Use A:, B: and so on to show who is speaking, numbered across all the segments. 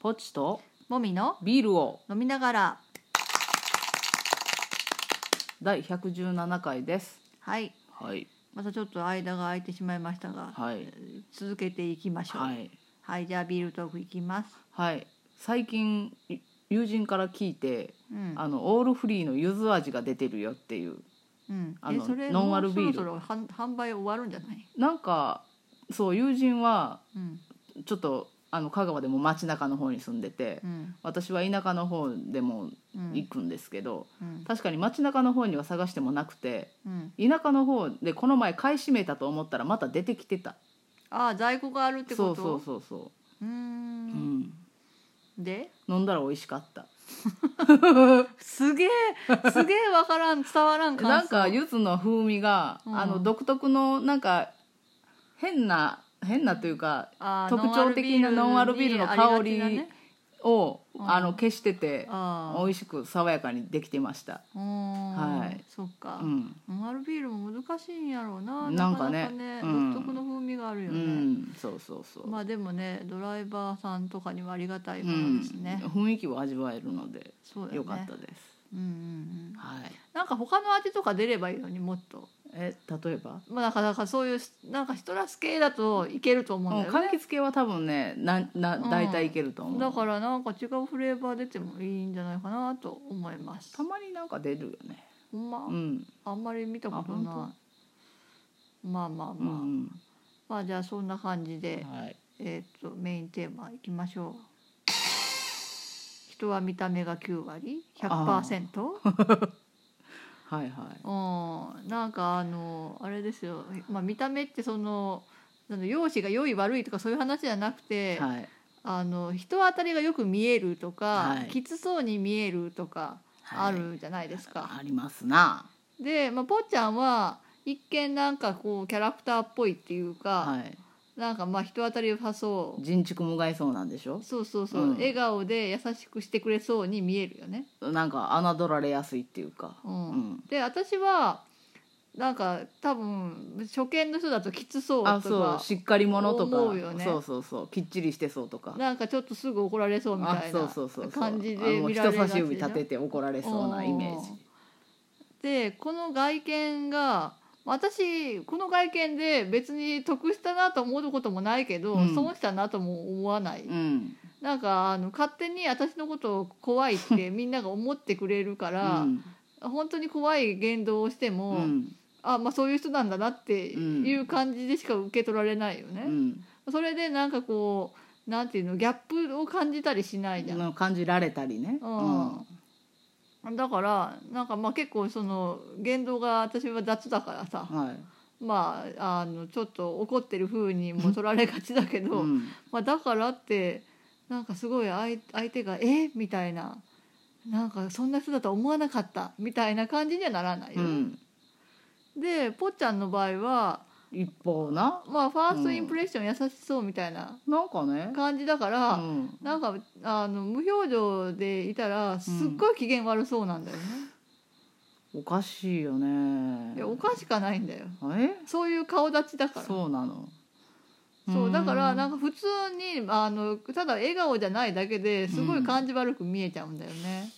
A: ポチと
B: もみの
A: ビールを
B: 飲みながら
A: 第117回です
B: はい
A: はい
B: またちょっと間が空いてしまいましたが、
A: はい
B: 続けていきましょうは、
A: はいい
B: じゃあビールトークいきます
A: はい最近い友人から聞いて、
B: うん
A: あのオールフリーの柚子味が出てるよっていう
B: うん
A: あ
B: え
A: の
B: それ
A: ノンアルビール
B: もうそろそろ販販売終わるんじゃない
A: なんかそう友人は
B: うん
A: ちょっとあの香川でも街中の方に住んでて、
B: うん
A: 私は田舎の方でも
B: うん
A: 行くんですけど、
B: うん
A: 確かに街中の方には探してもなくて
B: うん
A: 田舎の方でこの前買い占めたと思ったらまた出てきてた
B: ああ在庫があるって
A: そ
B: こ
A: う
B: と
A: そうそうそうう、うんん、
B: で
A: 飲んだら美味しかった
B: すげえすげえわからん伝わらん感想
A: なんか柚子の風味が、
B: うん
A: あの独特のなんか変な変なというか
B: あー
A: 特徴的なノンアルビールの香り
B: にあがちなね
A: を、
B: ん
A: あの消してて
B: あー
A: 美味しく爽やかにできてました、
B: うーん
A: はい
B: そっか、
A: うん
B: ノンアルビールも難しいんやろうな
A: な
B: なんん
A: か
B: か
A: ね
B: ね
A: うん
B: 独特の風味がある
A: う
B: よね、
A: ん、そうそうそう、
B: まあでもねドライバーさんとかにはありがたいうもの
A: ん
B: ですね、
A: 雰囲気を味わえるので
B: そうだね
A: 良かったです、
B: うんうんうん
A: はい
B: なんか他の味とか出ればいいのにもっと
A: え例えば
B: まあなんかなんかそういうなんかシトラス系だといけると思うんだ
A: うん
B: よ
A: 柑
B: ね、
A: 橘系は多分ねなな
B: うん
A: 大体いけると思う、
B: だからなんか違うフレーバー出てもいいんじゃないかなと思います
A: たまになんか出るよね
B: ほんま、
A: うん
B: あんまり見たこと
A: あ
B: な
A: 本
B: いまあまあ
A: う
B: まあ、
A: ん、
B: まあじゃあそんな感じで、
A: はい
B: えー、とメインテーマいきましょう人は見た目が9割
A: あ
B: 100%
A: はいはい
B: うんなんかあのあれですよ、まあ、見た目ってそのなんだ容姿が良い悪いとかそういう話じゃなくて、
A: はい
B: あの人当たりがよく見えるとか、
A: はい
B: きつそうに見えるとか
A: は
B: あ
A: い
B: るじゃないですか。
A: ありますな
B: で、まあ、ぽっちゃんは一見なんかこうキャラクターっぽいっていうか、
A: はい
B: なんかまあ人当たり良さそう
A: 人畜無害そうなんでしょ
B: そうそうそう、
A: うん
B: 笑顔で優しくしてくれそうに見えるよね。
A: なんか侮られやすいっていうか
B: うん
A: うん
B: で私はなんか多分初見の人だときつそう
A: あ
B: と
A: そう
B: か
A: しっかり者とか
B: 思うよね
A: そうそうそうきっちりしてそうとか
B: なんかちょっとすぐ怒られそうみ
A: あ
B: たい
A: そうそうそうそ
B: な
A: う
B: 感じ
A: あ
B: で
A: の
B: 見られ
A: 人
B: が
A: 差し
B: ちじゃ
A: 指立て
B: ん
A: て怒られそうなイメージ
B: でこの外見が私この外見で別に得したなと思うこともないけど、
A: うん
B: 損したなとも思わない、
A: うん
B: なんかあの勝手に私のことを怖いってみんなが思ってくれるから、
A: うん
B: 本当に怖い言動をして
A: う
B: も、
A: ん
B: あまあそういう人なんだなっていう感じでしか受け取られないよ
A: う
B: ね、
A: ん
B: それでなんかこうなんていうのギャップを感じたりしないじゃん、
A: の感じられたりねうん
B: うん、だからなんかまあ結構その言動が私は雑だからさ、
A: はい
B: まああのちょっと怒ってる風にも取られがちだけど、
A: うん
B: まあ、だからってなんかすごい相相手が「えみたいななんかそんな人だとは思わなかったみたいな感じにはならないよ
A: う
B: ね、
A: ん
B: でぽっちゃんの場合は
A: 一方な
B: まあファーストインプレッション優しそうみたいな
A: なんかね
B: 感じだから、
A: うん
B: なんかあの無表情でいたらすっごい機嫌悪そうなんだよね、
A: おかしいよ
B: い
A: ね
B: やおかしかないんだよ
A: え
B: そういう顔立ちだからそう
A: そうなの
B: だからなん
A: か
B: んか普通にあのただ笑顔じゃないだけですごい感じ悪く見えちゃうんだよね、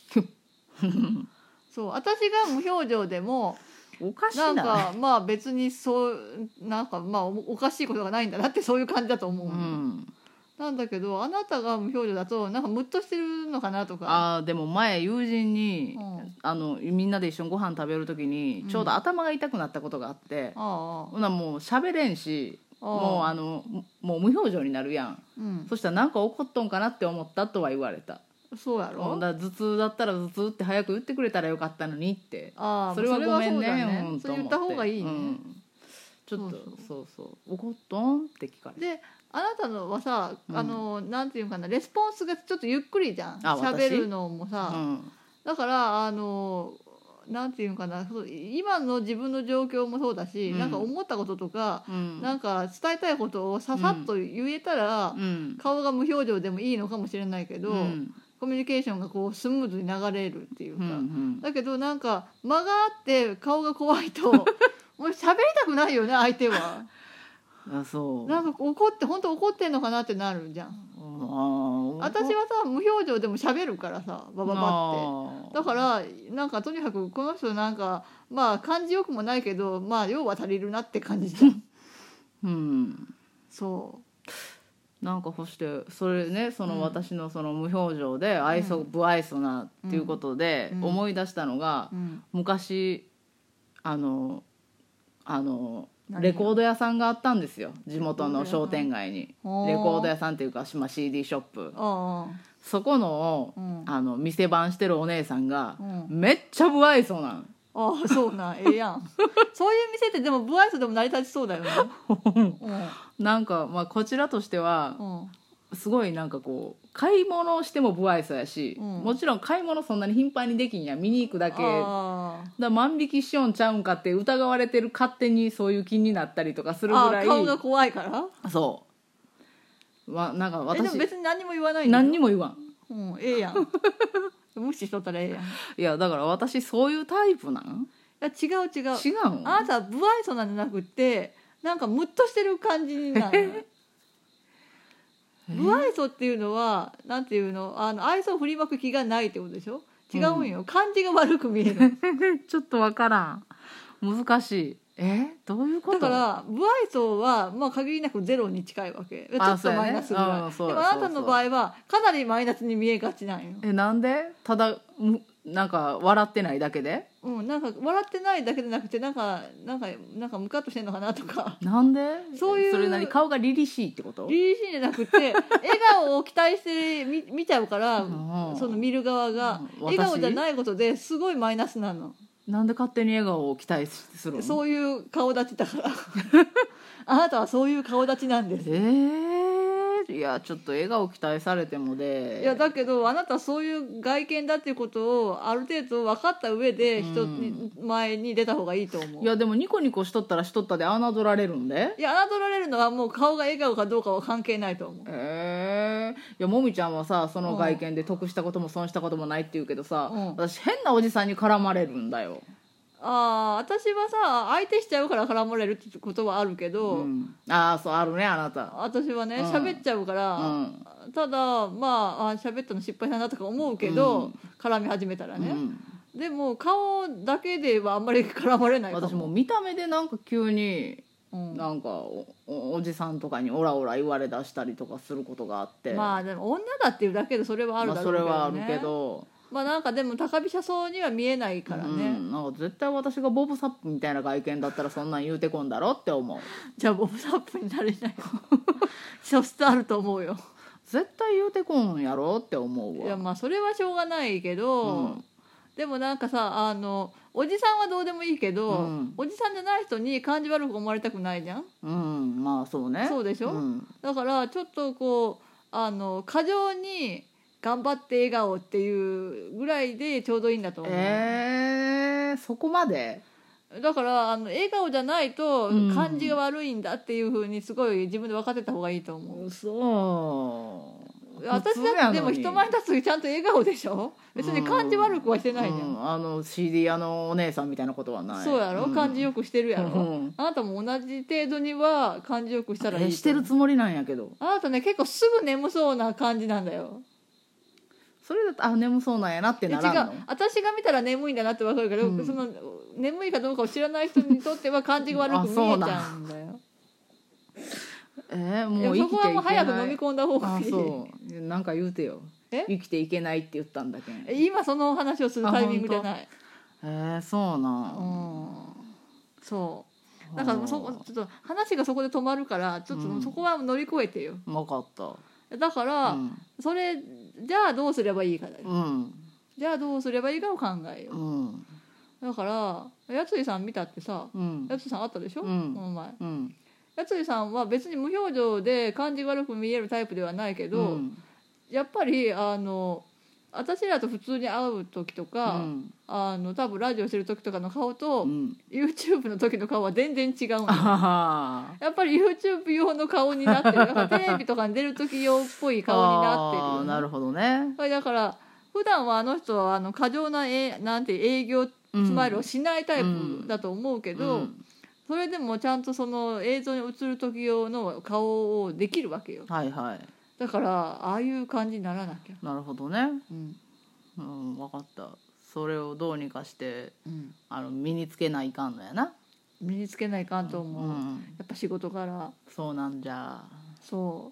B: そう私が無表情でも
A: おかしい
B: なん
A: な
B: かまあ別にそうなんかまあおおかしいことがないんだなってそういう感じだと思う
A: う
B: の、
A: ん
B: なんだけどあなたが無表情だとなんかムッとしてるのかなとか
A: あーでも前友人に、
B: うん
A: あのみんなで一緒にご飯食べる時に
B: うん
A: ちょうど頭が痛くなったことがあって、
B: ああ
A: ほなもう喋れんし
B: あ
A: もうあのもう無表情になるやん
B: うん、
A: そしたらなんか怒っとんかなって思ったとは言われた
B: そうや
A: ほ
B: ろ
A: んだら頭痛だったら頭痛って早く言ってくれたらよかったのにって
B: ああ
A: それはごめん
B: それは
A: ね
B: そうだ
A: うん
B: それ
A: と思
B: 言
A: て
B: った方がいいね、
A: うんちょっと
B: そう
A: そうそう怒っとんって聞かれて
B: であなたのはさ、
A: うん
B: あのなんていうかなレスポンスがちょっとゆっくりじゃん
A: あ私
B: 喋るのも
A: う
B: さ、
A: ん
B: だからあのなんていうかなそう今の自分の状況もそうだし、
A: うん
B: なんか思ったこととか、
A: うん
B: なんか伝えたいことをささっと言えたら、
A: うん
B: 顔が無表情でもいいのかもしれないけど、
A: うん
B: コミュニケーションがこうスムーズに流れるっていう
A: う
B: か、
A: んうん
B: だけどなんか間があって顔が怖い ともう喋りたくないよね相手は。
A: あそう
B: なんか怒って本当怒ってんのかなってなるじゃん。
A: あー
B: 私はさ無表情でも喋るからさバババって
A: だ
B: だ
A: か
B: からなんかとにかくこの人なんかまあ感じよくもないけどまあ量は足りるなって感じた
A: らうん
B: そ
A: なんかそしてそれねそ
B: うん
A: の私のその無表情で愛想、不愛想なっていうことで
B: うん
A: 思い出したのが
B: う、、うん、
A: 昔あのあの
B: 何が
A: レコード屋さんがあったんですよ地元の商店街にレ
B: ほう
A: コード屋さんっていうか、まあ、CD ショップ
B: あ
A: そこの,、
B: うん
A: あの店番してるお姉さんが、
B: う
A: めっちゃ不愛想な
B: あああそうなんええや んそういう店ってでも不愛想でも成り立ちそうだよね
A: んなんか、まあ、こちらとしては
B: う、んうん
A: すごいなんかこう買い物しても不愛想やし、
B: うん
A: もちろん買い物そんなに頻繁にできんや見に行くだけ
B: あー
A: だから万引きしようんちゃうんかって疑われてる勝手にそういう気になったりとかするぐ
B: あ
A: らい
B: ー顔が怖いから
A: そうわなんか
B: えでも
A: 私
B: 別に何も言わないんだよ
A: 何にも言わん
B: うん、ええや ん無視しとったらええやんい
A: いやだから私そういうタイプなん
B: や違う違う
A: 違うん
B: あなたは不愛想なんじゃなくってなんかムッとしてる感じなのよ 不愛想っていうのはなんていうのあの愛想を振りまく気がないってことでしょ違うんよ、感じが悪く 見える
A: ちょっとわからん難しいえどういうこと
B: だから不愛想はまあ限りなくゼロに近いわけちょ
A: あ
B: っとマイナスぐらい、で
A: そうやねうんそう
B: も
A: や
B: あなたの場合はかなりマイナスに見えがちなんよ、
A: えなんでただむなんか笑ってないだけで
B: うん、なんか笑ってないだけじゃなくてなんかなんかなんかムカッとしてんのかなとか
A: なんで
B: そういう
A: それなり顔が凛々しいってこと
B: 凛々しいんじゃなくて笑顔を期待して見見ちゃうから
A: ん
B: その見る側が
A: うん
B: 笑
A: 私
B: 顔じゃないことですごいマイナスなの
A: なんで勝手に笑顔を期待するの
B: そういう顔立ちだから あなたはそういう顔立ちなんです
A: えー、いやちょっと笑顔期待されてもで
B: いやだけどあなたはそういう外見だっていうことをある程度分かった上で人に前に出た方がいいと思う
A: いやでもニコニコしとったらしとったで侮られるんで
B: いや侮られるのはもう顔が笑顔かどうかは関係ないと思う
A: ええいやもみちゃんはさその外見で得したことも損したこともないって言うけどさ、
B: うん
A: 私変なおじさんに絡まれるんだよ、
B: ああ私はさ相手しちゃうから絡まれるってことはあるけど、
A: うんああそうあるねあなた
B: 私はね
A: うん
B: 喋っちゃうから、
A: うん
B: ただまああ喋ったの失敗したなとか思うけど、
A: うん
B: 絡み始めたら
A: う
B: ね、
A: ん
B: でも顔だけではあんまり絡まれないか
A: 私もう見た目でなんか急に
B: うん
A: なんかおおおじさんとかにオラオラ言われだしたりとかすることがあって、
B: まあでも女だっていうだけでそれはあるだろうけど、
A: まあそ
B: ね
A: れはあるけど、
B: まあなんかでも高飛車そうには見えないからね、
A: うん、なんか絶対私がボブ・サップみたいな外見だったらそんなん言うてこんだろって思う
B: じゃあボブサップになれないよ 素質あると思うよ
A: 絶対言うてこんやろって思う
B: いや
A: わ
B: まあそれはしょうがないけど、
A: うん
B: でもなんかさあのおじさんはどうでもいいけど、
A: うん
B: おじさんじゃない人に感じ悪く思われたくないじゃん
A: うんまあそうね
B: そうでしょ
A: うん
B: だからちょっとこうあの過剰に頑張って笑顔っていうぐらいでちょうどいいんだと思う、
A: えー、そこまで
B: だからあの笑顔じゃないと
A: うん
B: 感じが悪いんだっていうふうにすごい自分で分かってた方がいいと思う、
A: そ
B: 私
A: 普通や
B: だっ
A: の
B: て
A: に
B: でも人前に立つ時ちゃんと笑顔でしょ別に感じ悪くはし
A: う
B: てないじゃん、
A: うんあの CD 屋のお姉さんみたいなことはない
B: そうやろ、
A: ん
B: 感じよくしてるやろ、
A: うん
B: あなたも同じ程度には感じよくしたらいいと
A: え
B: 思う
A: してるつもりなんやけど
B: あなたね結構すぐ眠そうな感じなんだよ
A: それだとあ眠そうなんやなって
B: いや
A: な
B: 違
A: らん
B: う
A: の
B: 私が見たら眠いんだなってわかるけど、
A: うん
B: その眠いかどうかを知らない人にとっては感じが悪く見えち ゃうんだよ
A: えー、
B: いや
A: もう生
B: そ
A: きてい
B: こは
A: け
B: もう
A: ない
B: 早く飲み込んだ方が
A: あ
B: いい
A: そうなんか言うてよ
B: え
A: 生きていけないって言ったんだけんえ
B: 今そのお話をするタイミングじゃない
A: ー、そう
B: う
A: なん
B: そうだからもうそこちょっと話がそこで止まるからちょっともうそこは乗り越えてよ、
A: 分かった
B: だから、
A: うん
B: それじゃあどうすればいいかだよ
A: うん
B: じゃあどうすればいいかを考えよ
A: うん
B: うだからやついさん見たってさ
A: うん
B: やついさんあったでしょ、
A: うん
B: この前
A: うん
B: やついさんは別に無表情で感じ悪く見えるタイプではないけど、
A: うん
B: やっぱりあの私らと普通に会う時とか、
A: うん
B: あの多分ラジオしてる時とかの顔と、
A: うん
B: YouTube の時の顔は全然違うの
A: あはは
B: やっぱり YouTube 用の顔になってるだからテレビとかに出る時用っぽい顔になってるよ
A: あー
B: ね
A: なるほどね
B: はいだから普段はあの人はあの過剰なえなんて営業ス
A: うん
B: マイルをしないタイプだと思うけど、
A: うん
B: それでもちゃんとその映像に映る時用の顔をできるわけよ
A: はいはい
B: だからああいう感じにならなきゃ
A: なるほどね
B: うん
A: うん分かったそれをどうにかして
B: うん
A: あの身につけないかんのやな
B: 身につけないかんと思う、や
A: ん、
B: っぱ仕事から
A: そうなんじゃ
B: そ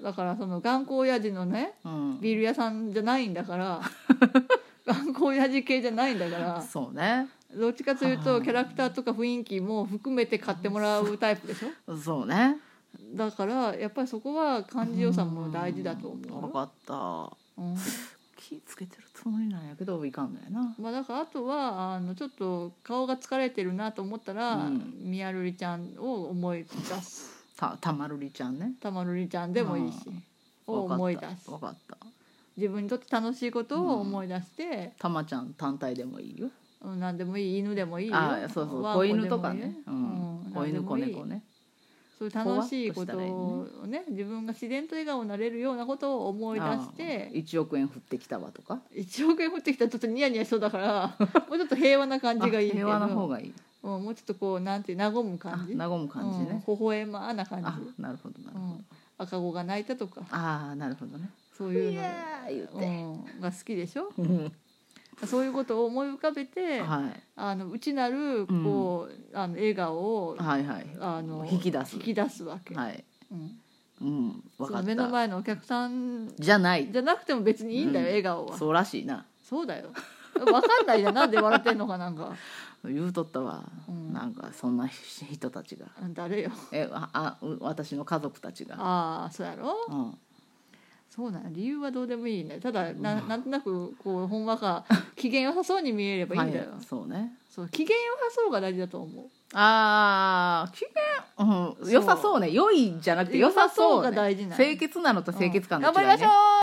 B: うだからその頑固親父のね
A: うん
B: ビール屋さんじゃないんだから 頑固親父系じゃないんだから
A: そうね
B: どっちかという
A: は
B: と
A: あ
B: キャラクターとか雰囲気も含めて買ってもらうタイプでしょ
A: そうね
B: だからやっぱりそこは感じ良さも大事だと
A: ん分
B: 思
A: かった
B: う、うん
A: 気つけてるつもりなんやけどいかんのやな
B: まあ、だからあとはあのちょっと顔が疲れてるなと思ったら、
A: うん
B: みやるりちゃんを思い出す
A: たたまるりちゃんね
B: たまるりちゃんでもいいし、を思い出す
A: 分かった
B: 自分にとって楽しいことを思い出して、
A: たまちゃん単体でもいいよ
B: うん、何でもいい犬でもいいよ
A: あそうそう
B: ワン
A: 子
B: コでもい
A: 犬
B: い
A: とかね、う
B: うん
A: ん、子
B: 何で
A: 犬
B: も
A: 子
B: いい
A: 猫ね
B: そういう楽しいこと
A: ふわっ
B: を
A: と
B: ね自分が自然と笑顔になれるようなことを思い出し
A: あ
B: て
A: ー1億円振ってきたわとか
B: 1億円持ってきたらちょっとニヤニヤしそうだから もうちょっと平和な感じがいい
A: あ
B: けど
A: 平和な方がいい
B: うん、もうちょっとこうなんていう和む感じ
A: あ和む感じね、
B: うん、微笑まな感
A: あ
B: じ、
A: なるほどなる
B: う
A: ほど、
B: ん、赤子が泣いたとか
A: ああなるほどね
B: そう
A: い
B: いうの、
A: やー言
B: う
A: っ
B: ん、が好きでしょ
A: て、
B: そういうことを思い浮かべて、
A: はい、
B: あの内なるこう、あの笑顔を、
A: はいはい
B: あの
A: 引き出す
B: 引き出すわけ、
A: はい
B: うん、
A: うん分
B: そ
A: か
B: の
A: っ
B: 目の
A: た
B: 前のお客さん
A: じゃない
B: じゃなくても別にいいんだよ、
A: うん
B: 笑顔はそう
A: そうらしいな
B: だよ分かんないじゃんなんで笑ってんのかなんか
A: 言うとったわ、
B: うん
A: なんかそんな人たちが
B: うん 誰よ
A: えああう私の家族たちが
B: ああそうやろ
A: うん
B: そうなんや理由はどうでもいいねただななんとなくこうほん わか機嫌良さそうに見えればいいんだよ、
A: はい、そうね
B: そう機嫌良さそうが大事だと思う
A: ああ機嫌、う、
B: そうん
A: 良さそうね良いじゃなくて良さそう,、ね、
B: 良さそうが大事なんや
A: 清潔なのと清潔感の違い、ね
B: うん頑張りましょう